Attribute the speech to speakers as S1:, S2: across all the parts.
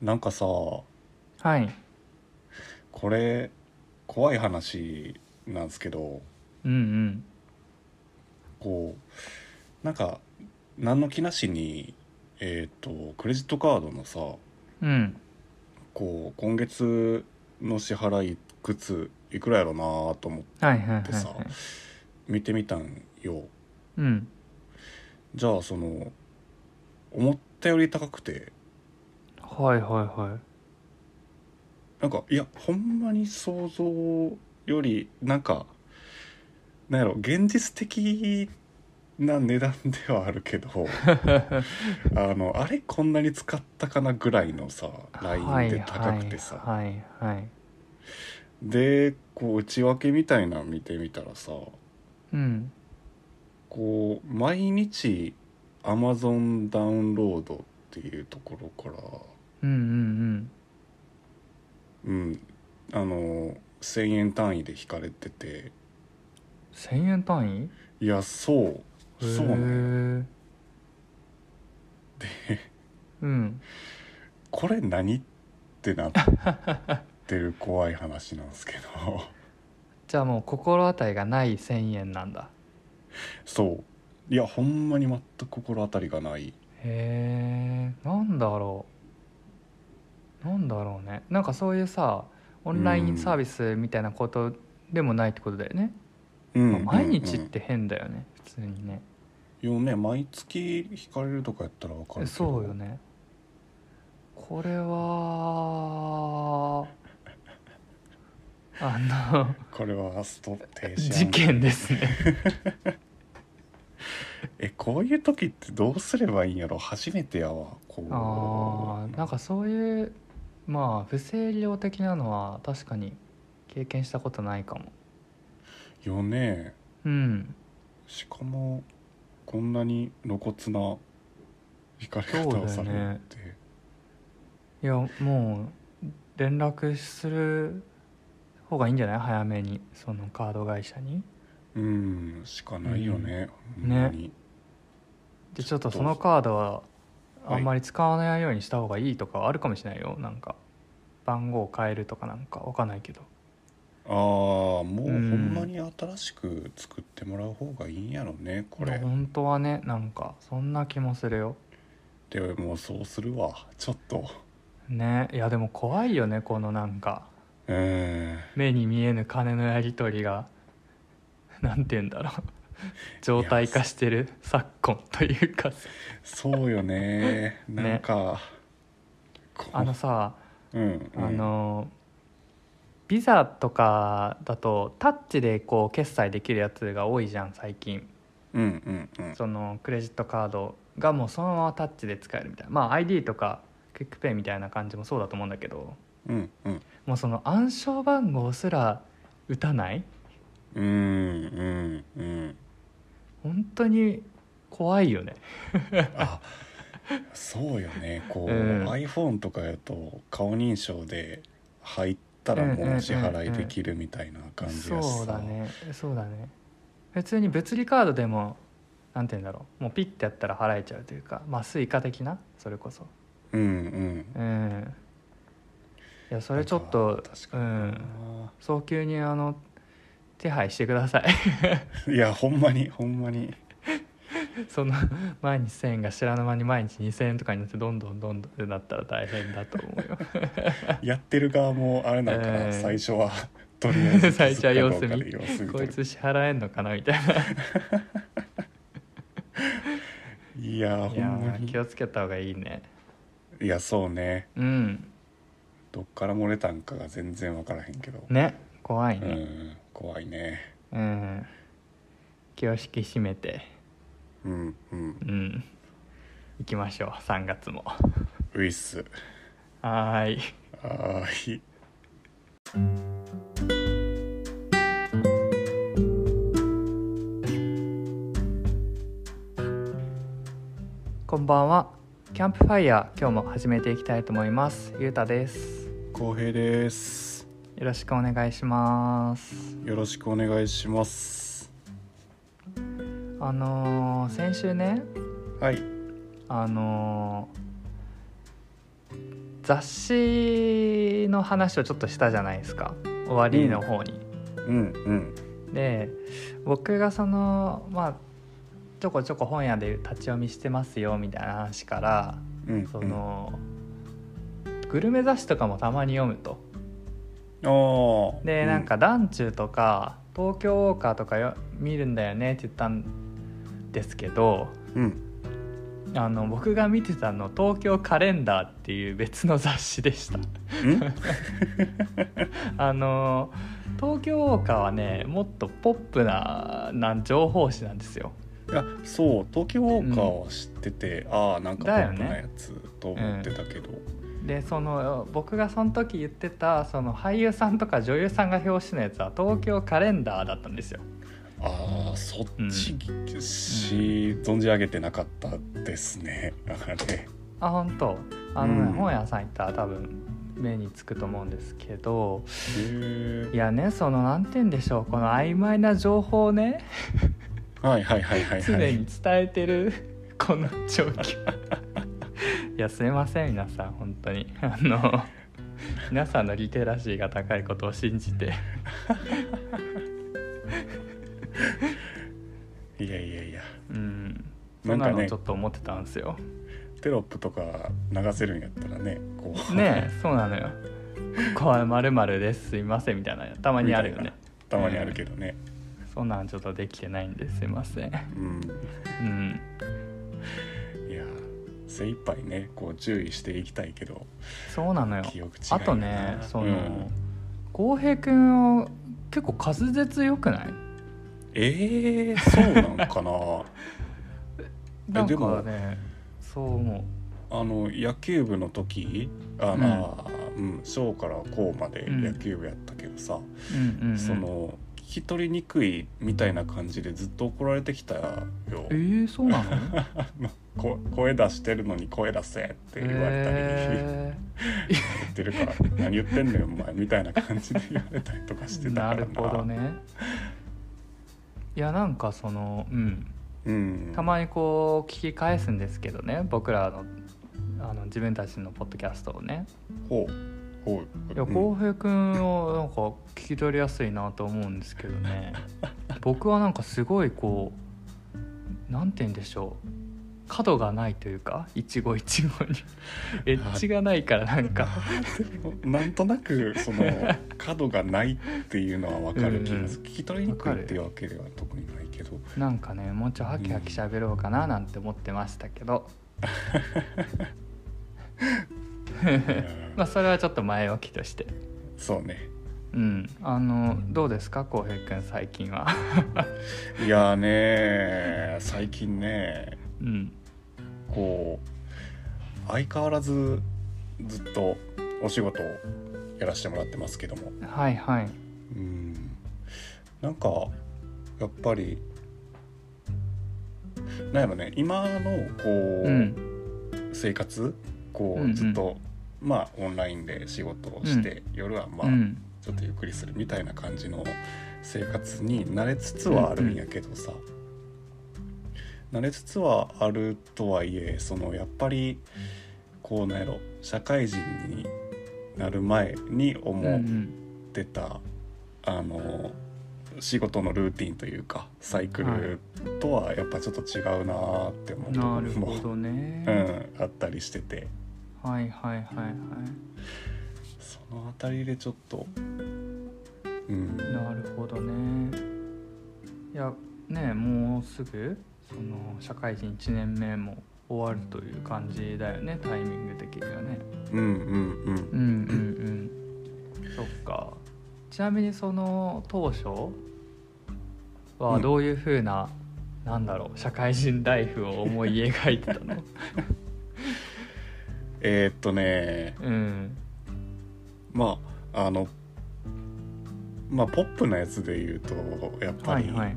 S1: なんかさこ
S2: はい。
S1: れ怖い話なんですけど
S2: うんうん。
S1: こうなんか何の気なしにえっ、とクレジットカードのさ
S2: うん。
S1: こう今月の支払いいくついくらやろなと思って
S2: はいはいはい、
S1: でさ
S2: はい。
S1: 見てみたんよ
S2: うん。
S1: じゃあその思ったより高くて
S2: はいはいはい。
S1: なんかいやほんまに想像よりなんかなんやろ現実的な値段ではあるけ どあのあれこんなに使ったかなぐらいのさラインで高くてさ、
S2: はいはい、はい。
S1: でこう内訳みたいなの見てみたらさ
S2: うん。
S1: こう毎日 Amazon ダウンロードっていうところから
S2: うんうん
S1: うん、あの1,000円単位で引かれてて
S2: うん。千円単
S1: いやそう
S2: 位
S1: そうなのよ
S2: ね。で、うん。
S1: これ何ってなってる怖い話なんですけど
S2: じゃあもう心当たりがない千円なんだ。
S1: そういやほんまに全く心当たりがない
S2: へえ。なんだろう。なんだろうね。なんかそういうさ、オンラインサービスみたいなことでもないってことだよね。
S1: うん
S2: まあ毎日っ
S1: うんうん
S2: て変だよね、普通にね。
S1: よね毎月引かれるとかやったらわかるけど
S2: そうよねこ れはあ
S1: これはスト停
S2: の
S1: 止案
S2: 事件ですね
S1: えこういう時ってどうすればいいんやろ初めてやわこう
S2: ああなんかそういうまあ不正利用的なのは確かに経験したことないかも
S1: よね
S2: うん
S1: しかもこんなに露骨な光り方をされるって、
S2: いやもう連絡する方がいいんじゃない早めにそのカード会社に
S1: うんしかないよね、
S2: うん
S1: ほんまに
S2: でちょっとそのカードは
S1: はい
S2: あんまり使わないようにした方がいいとかはあるかもしれないよなんか番号を変えるとかなんかわかんないけど
S1: ああもうほ
S2: うん
S1: んまに新しく作ってもらう方がいいんやろねこれ、
S2: 本当はねなんかそんな気もするよ
S1: でもうそうするわちょっと
S2: ねいやでも怖いよねこのなんか
S1: うーん
S2: 目に見えぬ金のやり取りがなんて言うんだろう状態化してる昨今というかさ
S1: そうよね
S2: ね
S1: なんか、こう
S2: あのさ
S1: うんうん
S2: あのビザとかだとタッチでこう決済できるやつが多いじゃん最近
S1: うんうんうん
S2: そのクレジットカードがもうそのままタッチで使えるみたいなまあ ID とかクイックペイみたいな感じもそうだと思うんだけど
S1: うんうん
S2: もうその暗証番号すら打たない
S1: うんうんうん
S2: 本当に怖いよね
S1: あそうよねこう、
S2: うん
S1: iPhone とかやと顔認証で入ったらもう支払いできるみたいな感じやしさ、
S2: そうだねそうだね普通に物理カードでもなんて言うんだろうもうピッてやったら払えちゃうというかまあスイカ的なそれこそ
S1: うんうん
S2: うんいやそ
S1: そ
S2: れちょっと
S1: 確
S2: う
S1: かに
S2: ん早急にあの手配してください
S1: な、いやほんまにほんま に
S2: その毎日1000円が知らぬ間に毎日2000円とかになってどんどんどんどんってなったら大変だと思うよ
S1: やってる側もあれなんかな、
S2: うん
S1: 最初はとりあえず
S2: 最初は様子見
S1: 続くかどうかで様子見て
S2: こいつ支払えんのかなみたいない
S1: やほ
S2: いや
S1: んま
S2: ー
S1: に
S2: 気をつけた方がいいね
S1: いやそうね
S2: うん
S1: どっから漏れたんかが全然わからへんけど、
S2: ね怖いうね
S1: ん怖いね
S2: うん、気を引き締めて
S1: うんうん
S2: うん行きましょう3月も
S1: ウィス
S2: はーい
S1: はーい
S2: こんばんはキャンプファイヤー今日も始めていきたいと思いますゆうたです
S1: 浩平です
S2: よろしくお願いします
S1: よろしくお願いします
S2: あのー先週ね
S1: はい
S2: あのー雑誌の話をちょっとしたじゃないですか終わりの方に。
S1: うんうん
S2: で僕がそのまあちょこちょこ本屋で立ち読みしてますよみたいな話から
S1: うん
S2: その、グルメ雑誌とかもたまに読むと。
S1: ああ
S2: でなんか「団中」とか「東京ウォーカー」とかよ見るんだよねって言ったんですけど
S1: うん
S2: あの僕が見てたの「東京カレンダー」っていう別の雑誌でした。
S1: うんうん
S2: あの東京ウォーカーはねもっとポップなな情報誌なんですよ。
S1: あそう東京ウォーカーは知ってて、ああなんかポ
S2: だよ
S1: ッ
S2: ね
S1: プなやつと思ってたけど、
S2: でその僕がその時言ってたその俳優さんとか女優さんが表紙のやつは「東京カレンダー」だったんですよ。
S1: ああそっち、し
S2: う
S1: 存じ上げてなかったですねあれ
S2: あ本当あのね、
S1: うん
S2: 本屋さん行ったら多分目につくと思うんですけどい
S1: へ
S2: やねその何て言うんでしょうこの曖昧な情報をね
S1: ーはいはいはいはい
S2: 常
S1: は
S2: に
S1: い
S2: 伝えてるこの状況いやすいません皆さん本当にあの皆さんのリテラシーが高いことを信じて
S1: いやいやいや
S2: うんそ
S1: なんん
S2: な
S1: か
S2: の
S1: ね
S2: ちょっと思ってたんですよ
S1: テロップとか流せるんやったらねこう
S2: ねえそうなのよ「ここはまるですすいません」みたいなたまにあるよ
S1: み
S2: ね
S1: たまにあるけどね
S2: そんなんちょっとできてないんですいません
S1: うん、
S2: うん
S1: いや精一杯ねこう注意していきたいけど
S2: そうなのよ
S1: 記憶違いだな
S2: あとねそ
S1: うん
S2: の浩、平君は結構滑舌よくない
S1: えー、そうなんかな
S2: なん
S1: で
S2: か
S1: も
S2: ねそう思
S1: あの野球部の時あの、うん、小から高まで野球部やったけどさ、
S2: う、うんうんうん、
S1: その聞き取りにくいみたいな感じでずっと怒られてきたよ。
S2: えー、そうなの
S1: あのこ声出してるのに声出せって言われたり、
S2: え
S1: 言ってるから「何言ってんのよお前」みたいな感じで言われたりとかして
S2: ー、
S1: たか
S2: な
S1: ら
S2: るほど、ねいやなんかそのうん
S1: うん、
S2: たまにこう聞き返すんですけどね僕らのあの自分たちのポッドキャストをね
S1: ほうほう
S2: いや浩平君はなんか聞き取りやすいなと思うんですけど ね僕はなんかすごいこうなんて言うんでしょう角がないというか一期一 会にエッジがないからなんか
S1: うん なんとなくその角がないっていうのは分かる気がする聞き取りにくいっていうわけでは特にないけど
S2: なんかねもうちょいハキハキ喋ろうかななんて思ってましたけど、
S1: うん
S2: まあそれはちょっと前置きとして
S1: そうね
S2: うんあのどうですか浩平君最近は
S1: いやーねー最近ね
S2: うん
S1: こう相変わらずずっとお仕事をやらせてもらってますけども
S2: はいはい
S1: うんなんかやっぱりなんやろね今のこう、
S2: うん
S1: 生活こう、
S2: うんうん
S1: ずっとまあオンラインで仕事をして、夜はまあ、
S2: うん
S1: ちょっとゆっくりするみたいな感じの生活に慣れつつはあるんやけどさ、慣れつつはあるとはいえそのやっぱりこうなんやろ社会人になる前に
S2: うんう
S1: 思
S2: ん
S1: ってた、あの仕事のルーティンというかサイクルとはやっぱちょっと違うなーって思うところ
S2: なる
S1: も
S2: ほどね、
S1: うん、あったりしてて
S2: はいはいはいは
S1: その辺りでちょっとうん
S2: いなるほどねいやねもうすぐその社会人1年目も終わるという感じだよねタイミング的にはね
S1: うんうんう
S2: うんんうんうんそっかちなみにその当初はどういうふうな、なんだろう社会人ライフを思い描いて たの
S1: えーっとね
S2: うん
S1: まああのまあポップなやつで言うとやっぱ
S2: はい
S1: り、
S2: はい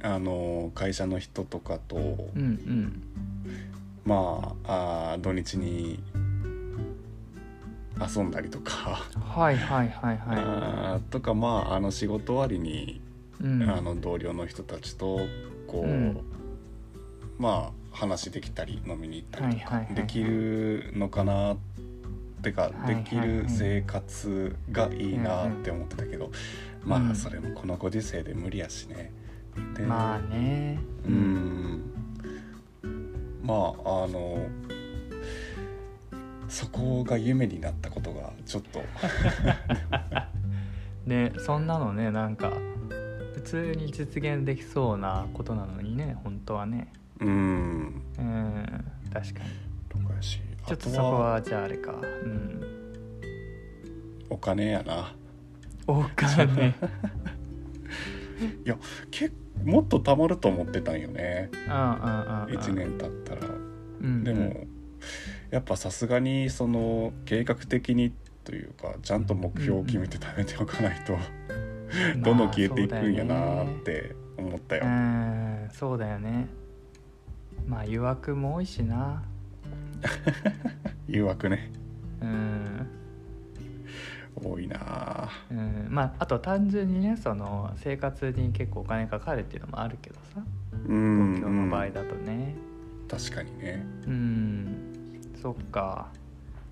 S1: あの会社の人とかと、
S2: うんうん
S1: まああー土日に遊んだりとか、
S2: はいはいはいは
S1: あーとかまああの仕事終わりに
S2: いうん
S1: あの同僚の人たちとこう、
S2: うん
S1: まあ話できたり飲みに行ったりと
S2: は
S1: か
S2: いはいはいはい
S1: できるのかなってか
S2: はい
S1: で
S2: はい
S1: きる生活がいいなって思ってたけど、ま
S2: う
S1: あ
S2: ん
S1: それもこのご時世で無理やしね。で
S2: まあね
S1: う、んまああのそこが夢になったことがちょっ と
S2: ねそんなのねなんか普通に実現できそうなことなのにね本当はね
S1: うん
S2: うん確かに
S1: とかやし
S2: ちょ
S1: あ
S2: っと
S1: と
S2: そこ
S1: は
S2: はじゃああれかうん
S1: お金やな
S2: お金
S1: 結もっと貯まると思ってたんよね
S2: うんうんうんうん
S1: 1年経ったら。
S2: うん
S1: でもやっぱさすがにその計画的にというかちゃんと目標を決めて貯めておかないと、
S2: うん
S1: どんどん消えていくんや
S2: ま
S1: な
S2: あ
S1: ーって思った
S2: そう
S1: よ
S2: だよ。ねうんそうだよねまあ誘惑も多いしな
S1: 誘惑ね
S2: うん
S1: 多いなあ
S2: うんまああと単純にねその生活に結構お金かかるっていうのもあるけどさ
S1: うん
S2: 東京の場合だとね
S1: 確かにね
S2: うん、そっか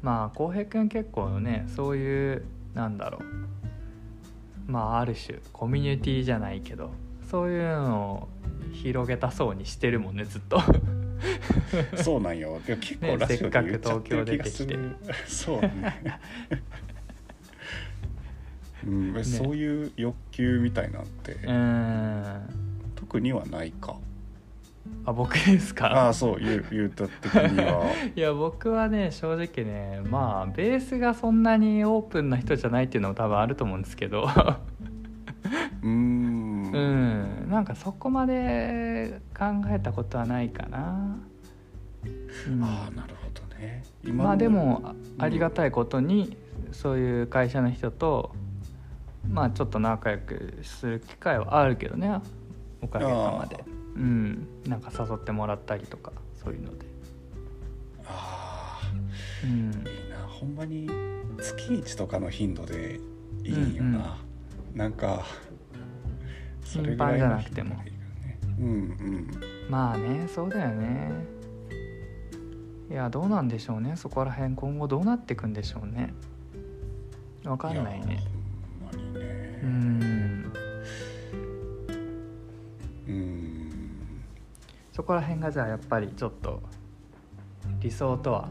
S2: まあ浩平君結構ねそういうなんだろうまあある種コミュニティじゃないけどそういうのを広げたそうにしてるもんねずっと
S1: そうなんよでも結構
S2: ね
S1: ラジオで言っちゃってる気がす
S2: せっ
S1: る、そうね うん、そういう欲求みたいなんて、
S2: うんあ
S1: 特にはないか
S2: 僕です
S1: あ
S2: か
S1: あそう言う言うた的に は
S2: いや僕はね正直ねまあベースがそんなにオープンな人じゃないっていうのも多分あると思うんですけど
S1: うーん
S2: うんなんかそこまで考えたことはないかな、うん
S1: ああなるほどね今の
S2: まあでもあ
S1: うん
S2: ありがたいことにそういう会社の人とまあちょっと仲良くする機会はあるけどねおかげさまで
S1: あ
S2: うんなんか誘ってもらったりとかそういうので
S1: あ
S2: うん
S1: あいいなほんまに月一とかの頻度でいいんよな、なんかそれぐらいの頻度でいいよねうんうん
S2: まあねそうだよねいやどうなんでしょうねそこら辺今後どうなっていくんでしょうねわかんない
S1: や
S2: ね
S1: ほんまにね
S2: うん
S1: うんん
S2: そこら辺がじゃあやっぱりちょっと理想とは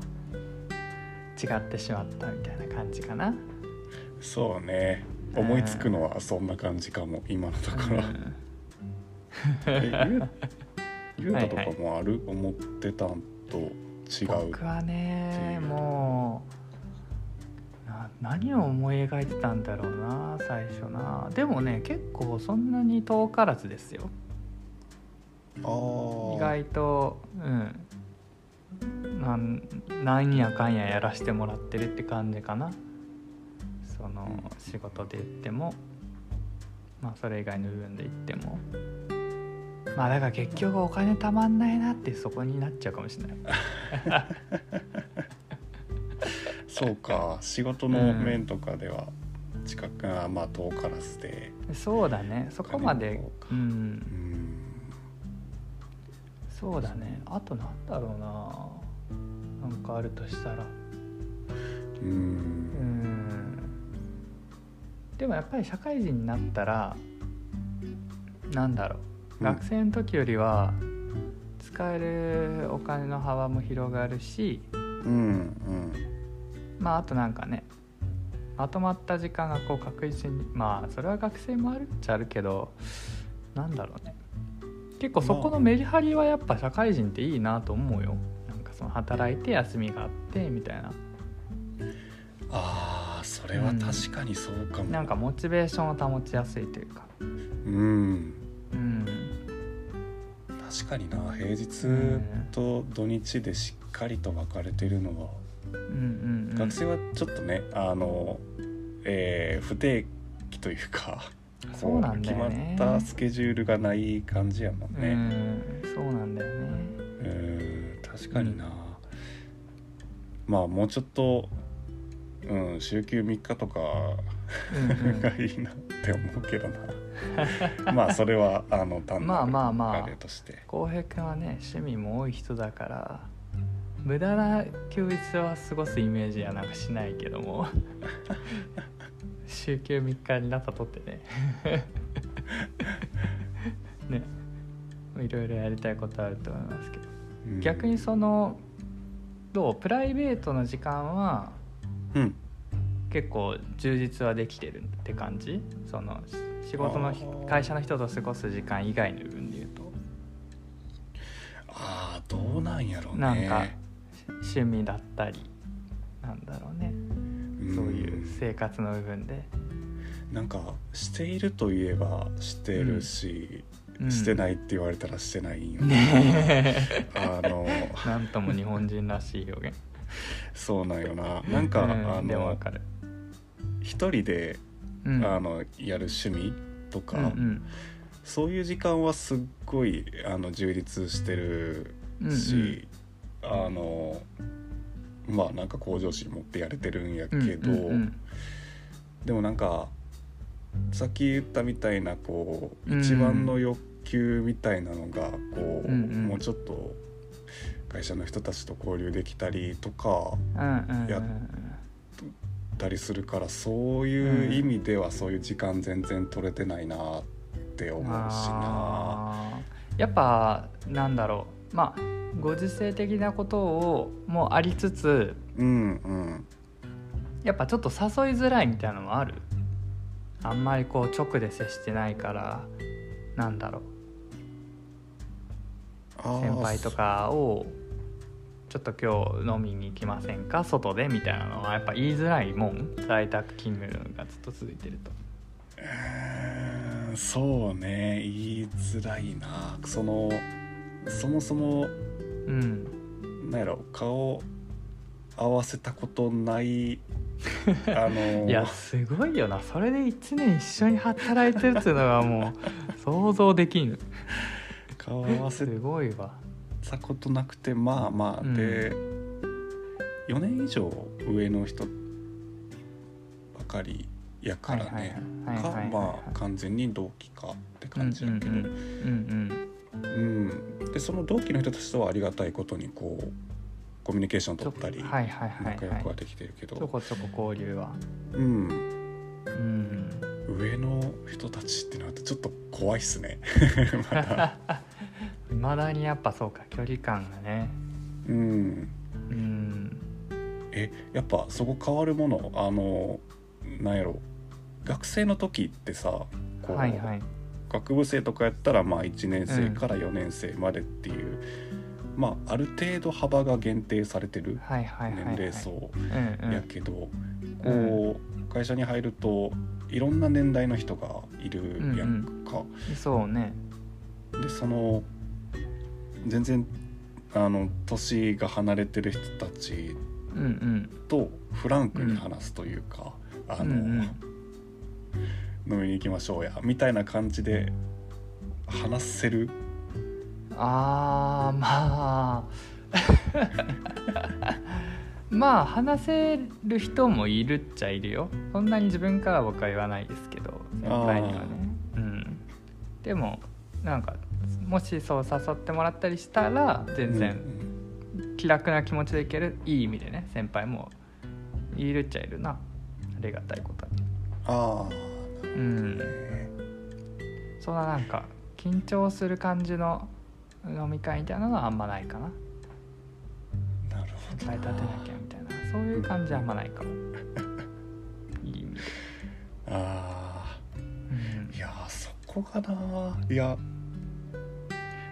S2: 違ってしまったみたいな感じかな
S1: そうね思いつくのはそんな感じかも今のところえ ゆうゆうたとかもある思ってたんと違う
S2: 僕はねもうな何を思い描いてたんだろうな最初なでもね結構そんなに遠からずですよ
S1: あ
S2: 意
S1: あ
S2: 外とうんなんなんやかんややらしてもらってるって感じかなその仕事で言ってもまあそれ以外の部分で言ってもまあだから結局お金たまんないなってそこになっちゃうかもしれない
S1: そうか仕事の面とかでは近くがまあ遠からずで
S2: そうだねそこまで
S1: お金の方か
S2: うん
S1: うん
S2: そうだねあとなんだろうななんかあるとしたら
S1: う
S2: うんんでもやっぱり社会人になったらなんだろう
S1: うん
S2: 学生の時よりは使えるお金の幅も広がるし
S1: うん
S2: まああとなんかねまとまった時間がこう確実にまあそれは学生もあるっちゃあるけどなんだろうね結構そこのメリハリはやっぱ社会人っていいなと思うよなんかその働いて休みがあってみたいな
S1: ああそれは確かにそうかも
S2: なんかモチベーションを保ちやすいというか
S1: うん
S2: うん
S1: 確かにな平
S2: う
S1: 日
S2: ん
S1: と土日でしっかりと分かれてるのは
S2: うんうん
S1: 学生はちょっとねあのえー不定期というか
S2: そうなんだ
S1: 決まっ
S2: よね
S1: たスケジュールがない感じやもんね、
S2: うんそうなんだよね
S1: うん確かにな、まあもうちょっと、うん、週休3日とか
S2: うん
S1: が いいなって思うけどなまあそれはあの単
S2: まあまあまあ
S1: れとして
S2: 浩平君はね趣味も多い人だから無駄な休日は過ごすイメージはなんかしないけ ども週休3日になったとって ねねいろいろやりたいことあると思いますけど
S1: うん
S2: 逆にそのどうプライベートの時間は
S1: うん
S2: 結構充実はできてるって感じそのし仕事の日
S1: あー
S2: 会社の人と過ごす時間以外の部分で言うと
S1: ああどうなんやろうね
S2: なんか趣味だったりなんだろうね
S1: ん
S2: そういう生活の部分で、
S1: なんかしているといえばしてるし、
S2: うん
S1: してないって言われたらしてないんよ、
S2: ねえ
S1: あの
S2: なんとも日本人らしい表現
S1: そうなんよななんか、
S2: うん
S1: あ
S2: でもわ
S1: の
S2: かる、
S1: 一人で、
S2: うん、
S1: あのやる趣味とか、
S2: うん
S1: そういう時間はすっごいあの充実してる
S2: うんうんうん
S1: し、あのまあなんか向上心持ってやれてるんやけ
S2: うん
S1: ど、
S2: うんうん
S1: でもなんかさっき言ったみたいなこ
S2: う
S1: うん一番の欲求みたいなのがこう、
S2: うんうん
S1: もうちょっと会社の人たちと交流できたりとか
S2: うんうんうん
S1: やたりするからそういう意味ではそういう時間全然取れてないなって思うしな。
S2: あーやっぱなんだろうまあご時世的なことをもうありつつ
S1: うんうん
S2: やっぱちょっと誘いづらいみたいなのもあるあんまりこう直で接してないからなんだろ
S1: あ
S2: う
S1: ー
S2: 先輩とかをちょっと今日飲みに行きませんか外でみたいなのはやっぱ言いづらいもん在宅勤務がずっと続いてると。
S1: うーんそうね言いづらいなそのそもそも
S2: うん、
S1: なんやろ顔合わせたことないあの
S2: いやすごいよなそれで1年一緒に働いてるっていうのがもう想像できん
S1: 顔合わせ
S2: すごいわ
S1: たことなくてまあまあ、
S2: うん
S1: で4年以上上の人ばかりやからね
S2: は
S1: か
S2: いはいはいはいはいはい
S1: まあ完全に同期かって感じやけど、
S2: うんうんうん
S1: うんでその同期の人たちとはありがたいことにこうコミュニケーション
S2: うん
S1: 取ったり
S2: はいはいはい
S1: 仲良く
S2: は
S1: はいできてるけど、
S2: ちょこちょこ交流は
S1: うん
S2: うん
S1: 上の人たちってなるとちょっと怖いっすねまだ。
S2: いまだにやっぱそうか距離感がね
S1: うん、
S2: うん
S1: えやっぱそこ変わるものあのなんやろ学生の時ってさこう、
S2: はいはい
S1: 学部生とかやったらまあ1年生から4年生までっていう、まあある程度幅が限定されてる
S2: はいはいはいはい
S1: 年齢層
S2: うんう
S1: や
S2: ん
S1: けど、こう会社に入るといろんな年代の人がいるやんか。
S2: そうね
S1: でその全然あの年が離れてる人たち
S2: うんうん
S1: とフランクに話すというか、あの、
S2: うんうん
S1: 飲みに行きましょうやみたいな感じで話せる
S2: あーまあ まあ話せる人もいるっちゃいるよそんなに自分からは僕は言わないですけど先輩にはねうんでもなんかもしそう誘ってもらったりしたら全然気楽な気持ちでいけるいい意味でね先輩もいるっちゃいるなありがたいことに
S1: ああ
S2: うんそんななんか緊張する感じの飲み会みたいなのはあんまないかな
S1: なるほど
S2: 先輩立てなきゃみたいなそういう感じはあんまないかもいい意味で、
S1: あ
S2: うん
S1: ーいやーそこがないや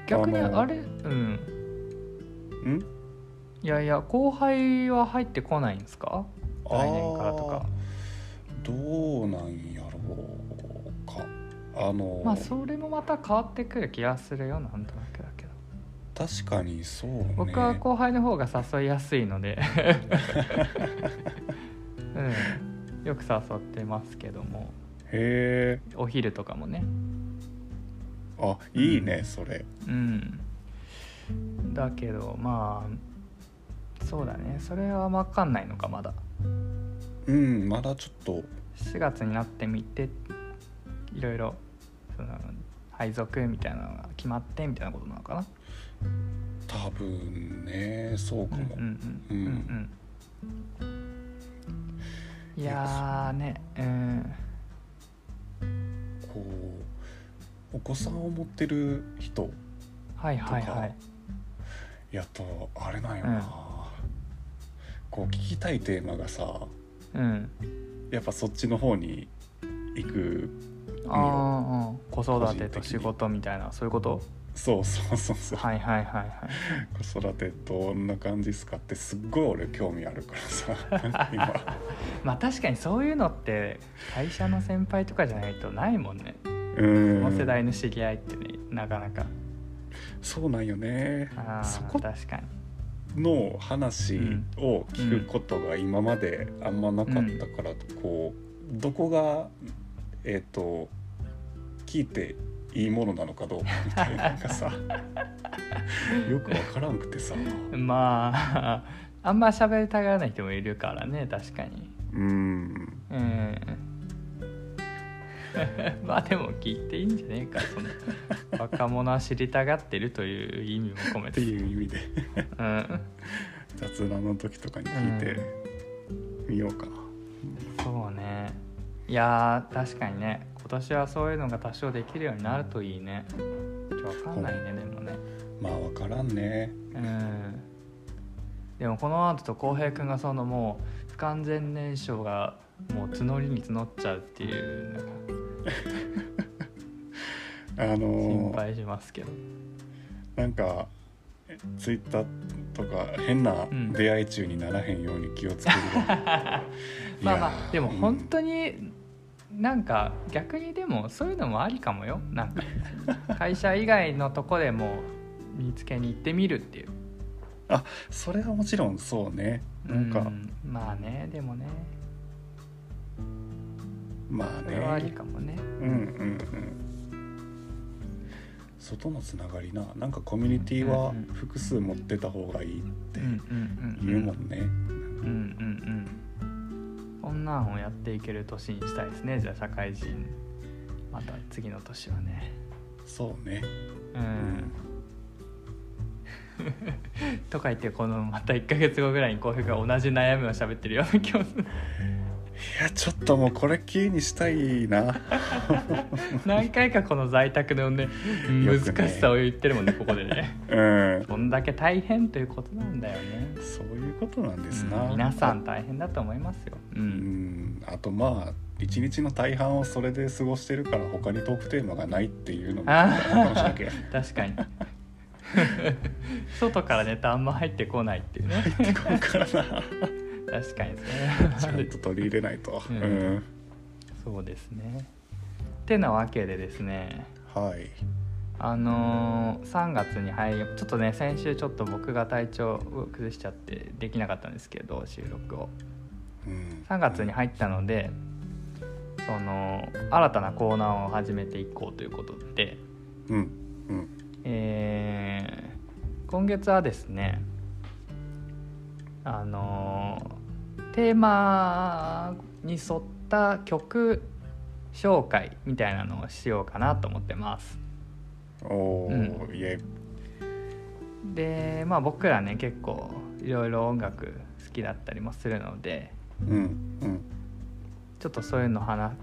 S2: 逆に
S1: あの
S2: あれうん
S1: ん
S2: いやいや後輩は入ってこないんですか来年からとか
S1: あーどうなんやろうかあの、
S2: まあそれもまた変わってくる気がするよなんとなくだけど
S1: 確かにそうね
S2: 僕は後輩の方が誘いやすいの で、うん、よく誘ってますけども
S1: へえ
S2: お昼とかもね
S1: あいいねそれ
S2: うんだけどまあそうだねそれは分かんないのかまだ
S1: うんまだちょっと
S2: 4月になってみていろいろその配属みたいなのが決まってみたいなことなのかな
S1: 多分ねそうか
S2: うん
S1: も、
S2: うんうんうんうんいやーねうん
S1: こうお子さんを持ってる人
S2: はいはいはい
S1: やとあれなんよな、
S2: うん
S1: こう聞きたいテーマがさ
S2: うん
S1: やっぱそっちの方に行く
S2: ああ子育てと仕事みたいなそういうこと
S1: そうそうそうそう、
S2: はいはいはいはい
S1: 子育てどんな感じですかってすっごい俺興味あるからさ 今
S2: まあ確かにそういうのって会社の先輩とかじゃないとないもんね
S1: うん
S2: この世代の知り合いってねなかなか
S1: そうなんよね
S2: あ
S1: そ
S2: ー
S1: こ
S2: 確かに
S1: の話を聞くことが今まであんまなかったから、こうどこがえっ、と聞いていいものなのかどうかみたいなのが さよくわからんくてさ
S2: まあ あんま喋りたがらない人もいるからね確かに
S1: うん
S2: うん まあでも聞いていいんじゃねえかその若者は知りたがってるという意味も込め
S1: って
S2: て
S1: いう意味で
S2: うん
S1: 雑談の時とかに聞いてみようかな。
S2: そうねいやー確かにね今年はそういうのが多少できるようになるといいねちょっとわかんないねでもね
S1: まあわからんね。
S2: うんでもこの後と浩平君がそのもう不完全燃焼がもう募りに募っちゃうっていうなんか
S1: あ
S2: 心
S1: のー
S2: 配しますけど
S1: なんかツイッターとか変な出会い中にならへんように気をつける わ、い
S2: ま
S1: や
S2: あまあでも本当になんか逆にでもそういうのもありかもよなん か会社以外のとこでも見つけに行ってみるっていう
S1: それはもちろんそうねなんか、
S2: うまあねでもね
S1: まあ
S2: それはあり
S1: ね
S2: かもね
S1: うんうんうん外のつながりななんかコミュニティは
S2: うんうん
S1: 複数持ってた方がいいって
S2: うんうんうん
S1: 言うもんね、
S2: うんうんうんこんなんをやっていける年にしたいですねじゃあ社会人また次の年はね
S1: そうね、
S2: う
S1: うん
S2: ん、とか言ってこのまた1ヶ月後ぐらいに浩平が同じ悩みを喋ってる ような気もする
S1: いやちょっともうこれきりにしたいな
S2: 何回かこの在宅の ね
S1: よ
S2: 難
S1: くね
S2: しさを言ってるもんねここでね
S1: うん
S2: こんだけ大変ということなんだよね
S1: そういうことなんですな、
S2: うん皆さん大変だと思いますよう
S1: うんんあとまあ一日の大半をそれで過ごしてるから他にトークテーマがないっていうのも
S2: あ
S1: あるかもしれない けど
S2: 確かに外からネタあんま入ってこないっていうね
S1: 入ってこんからな
S2: 確かにです
S1: ちゃん
S2: ね
S1: と取り入れないと、
S2: う
S1: うんん
S2: そうですねてなわけでですね
S1: はい
S2: あのー、3月に入りちょっとね先週ちょっと僕が体調を崩しちゃってできなかったんですけど収録を
S1: うん
S2: 3月に入ったのでその新たなコーナーを始めていこうということで、
S1: うんうん
S2: えー今月はですねあのーテーマに沿った曲紹介みたいなのをしようかなと思ってます。
S1: おー、いえ
S2: でまあ僕らね結構いろいろ音楽好きだったりもするので
S1: うんうん
S2: ちょっとそういうの話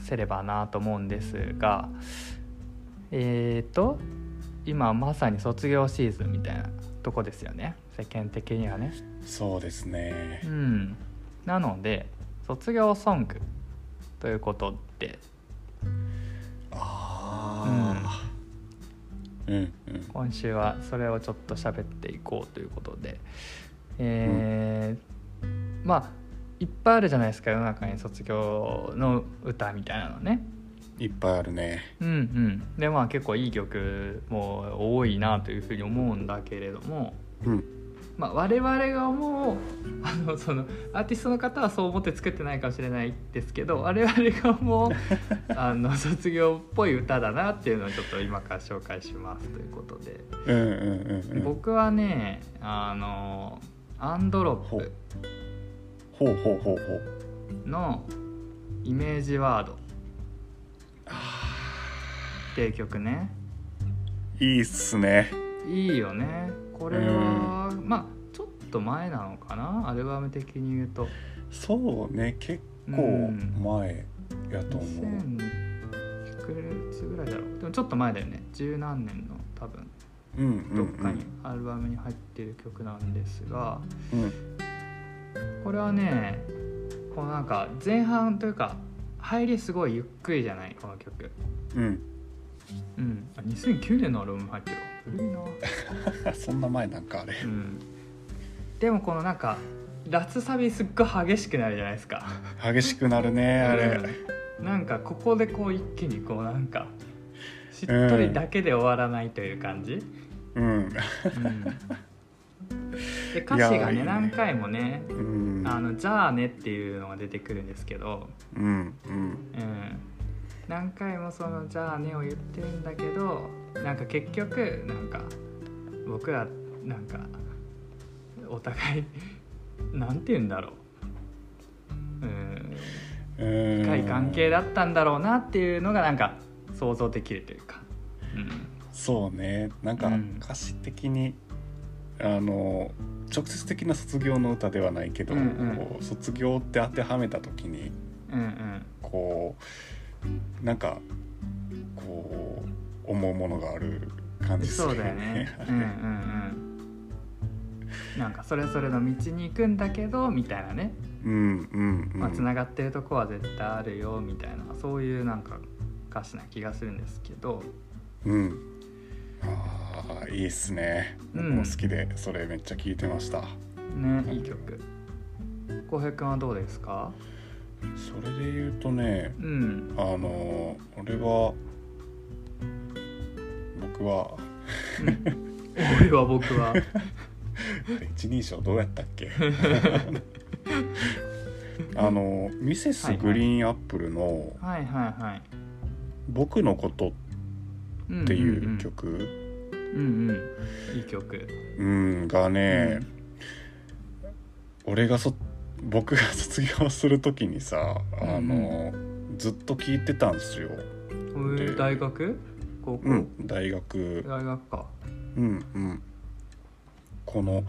S2: せればなと思うんですがえっ、と今まさに卒業シーズンみたいなとこですよね世間的にはね。
S1: そうですね
S2: うん、なので卒業ソングということで
S1: ああうんうん
S2: 今週はそれをちょっと喋っていこうということで、えーまあいっぱいあるじゃないですか世の中に卒業の歌みたいなのね。
S1: いっぱいあるね
S2: うんうん、でまあ結構いい曲も多いなというふうに思うんだけれども、
S1: うん
S2: まあ、我々が思うあのそのアーティストの方はそう思って作ってないかもしれないですけど我々が 思うあの卒業っぽい歌だなっていうのをちょっと今から紹介しますということで。
S1: うんうんうんうん
S2: 僕はねあのアンドロッ
S1: ほ
S2: プ
S1: うほうほうほうほう
S2: の「イメージワード」っていう曲ね
S1: いいっすね
S2: いいよねこれは、まあちょっと前なのかなアルバム的に言うと
S1: そうね結構
S2: うん
S1: 前やと思う、
S2: 2000いくつぐらいだろうでもちょっと前だよね十何年の多分
S1: うんうんう
S2: どっかに
S1: ん
S2: アルバムに入ってる曲なんですが、
S1: うん
S2: これはねこのなんか前半というか入りすごいゆっくりじゃないこの曲
S1: うん
S2: うんあ2009年のアルバム入ってる古いな
S1: そんな前なんかあれ
S2: うんでもこのなんかラスサビすっごい激しくなるじゃないですか
S1: 激しくなるねあれ、
S2: うんなんかここでこう一気にこうなんかしっとりだけで終わらないという感じ、
S1: うん
S2: うんで歌
S1: い
S2: 詞
S1: や
S2: が
S1: いい
S2: ね
S1: ね
S2: 何回もね
S1: うん
S2: あの「じゃあね」っていうのが出てくるんですけど、
S1: うんうん
S2: うん、何回もその「じゃあね」を言ってるんだけどなんか結局なんか僕らなんかお互いなんて言うんだろう、うん、
S1: うん
S2: 深い関係だったんだろうなっていうのがなんか想像できるというか、うん
S1: そうねなんか
S2: うん
S1: 歌詞的に、あの直接的な卒業の歌ではないけど、
S2: うんうん
S1: こう卒業って当てはめた時に
S2: うんうん
S1: こうなんかこう思うものがある感じする
S2: そうだよ ね。うんうんうん。なんかそれぞれの道に行くんだけどみたいなね、
S1: うんうんうん、
S2: まあ、つながってるとこは絶対あるよみたいなそういうなんか歌詞な気がするんですけど、
S1: うんああいいっすね、
S2: うん
S1: 僕も好きでそれめっちゃ聞いてました
S2: ねいい曲。浩平君はどうですか？
S1: それで言うとね
S2: うん
S1: あの俺は僕は
S2: 俺は僕は。
S1: あれ一人称どうやったっ けあのミセスグリーンアップルの
S2: はいはいはい。
S1: 「僕のこと」
S2: うん
S1: っていう。曲
S2: うんうん。いい曲。
S1: うんがね、
S2: うん
S1: 俺がそ僕が卒業する時にさあの、ずっと聴いてたんですよ、
S2: えー大学？高校？
S1: うん、大学
S2: 大学か。
S1: うんうんこの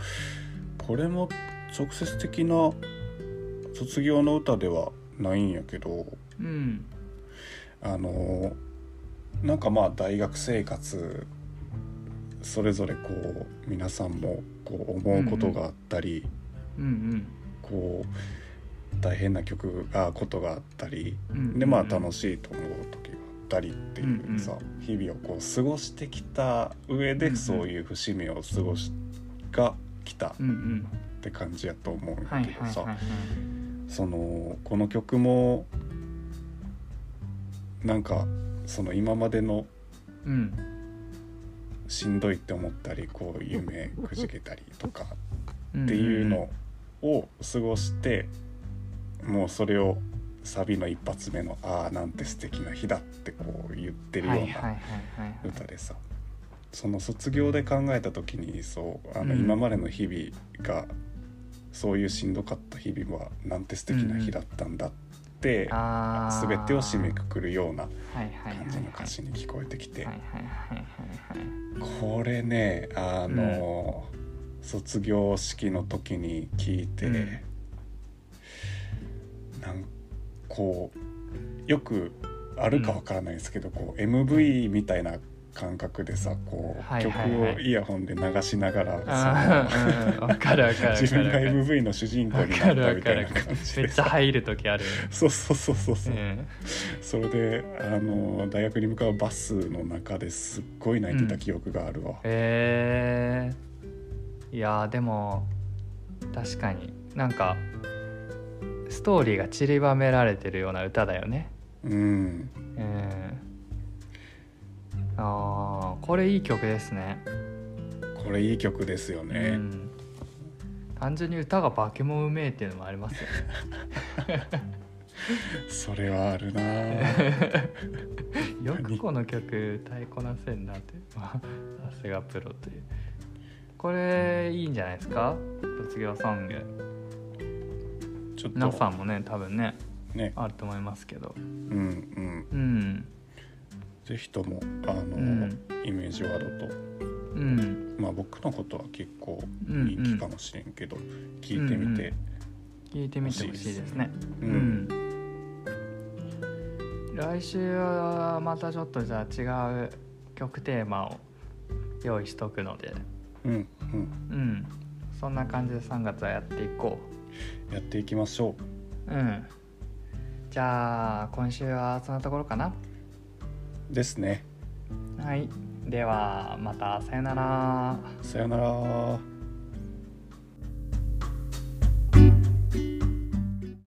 S1: これも直接的な卒業の歌ではないんやけど
S2: うん
S1: あのなんかまあ大学生活それぞれこう皆さんもこう思うことがあったり、
S2: うん
S1: こう大変な曲がことがあったり
S2: うんうん。
S1: でまあ楽
S2: し
S1: しいと思う時があったりっていうさ、日々をこう過ごしてきた上
S2: うんう
S1: で
S2: ん
S1: そういう節目を過ごしが来たっ
S2: うんうん。
S1: て感じやと思うん
S2: はい
S1: や
S2: は
S1: け
S2: いは
S1: ど
S2: いは
S1: さ
S2: い。
S1: そのこの曲もなんかその今までの
S2: うん
S1: しんどいって思ったりこう夢くじけたりとか
S2: うん
S1: っていうのを過ごしてもうそれをサビの一発目の「ああなんて素敵な日だ」ってこう言ってるよう
S2: はいはい
S1: な
S2: はいはいはい
S1: 歌でさその卒業で考えた時にそうあの
S2: うん
S1: 今までの日々がそういうしんどかった日々はなんて素敵な日だったんだって
S2: あー
S1: 全てを締めくくるような
S2: はいはいはい
S1: 感じの歌詞に聞こえてきて
S2: はいはいはいはいはい
S1: これねあの、卒業式の時に聞いて、
S2: うん
S1: なんこうよくあるかわからないですけど、こう MV みたいな感覚でさこう、
S2: はいはいはい
S1: 曲をイヤホンで流しながら
S2: あーうんうんわかるわかるわかる
S1: その自分が MV の主人公になったみたいな
S2: わかるわかる
S1: 感じ
S2: め
S1: で
S2: っちゃ
S1: さ。
S2: 入る時ある
S1: そうそうそうそうそう、
S2: うん
S1: それであの大学に向かうバスの中ですっごい泣いてた記憶があるわ、
S2: えーいやーでも確かになんかストーリーが散りばめられてるような歌だよね
S1: うん
S2: うんあーこれいい曲ですね
S1: これいい曲ですよ
S2: う
S1: ね、
S2: ん、単純に歌が化け物うめえっていうのもありますよね
S1: それはあるな ぁ
S2: よくこの曲歌いこなせんなって まあさすがプロというこれいいんじゃないですか卒業ソング
S1: ちょっ
S2: 皆さ
S1: と
S2: んもね多分ね
S1: ね
S2: あると思いますけど
S1: うんうん
S2: うん
S1: ぜひともあの、
S2: うん
S1: イメージワードと
S2: うん
S1: まあ僕のことは結構
S2: うんうん
S1: 人気かもしれんけど、聞いてみて、
S2: 聞いてみてほしいですね
S1: う
S2: うんん、来週はまたちょっとじゃあ違う曲テーマを用意しとくので
S1: うんうん
S2: うんそんな感じで3月はやっていこ
S1: やっていきましょ
S2: ううんじゃあ今週はそんなところかな
S1: うですね
S2: はいではまたさよなら
S1: さよなら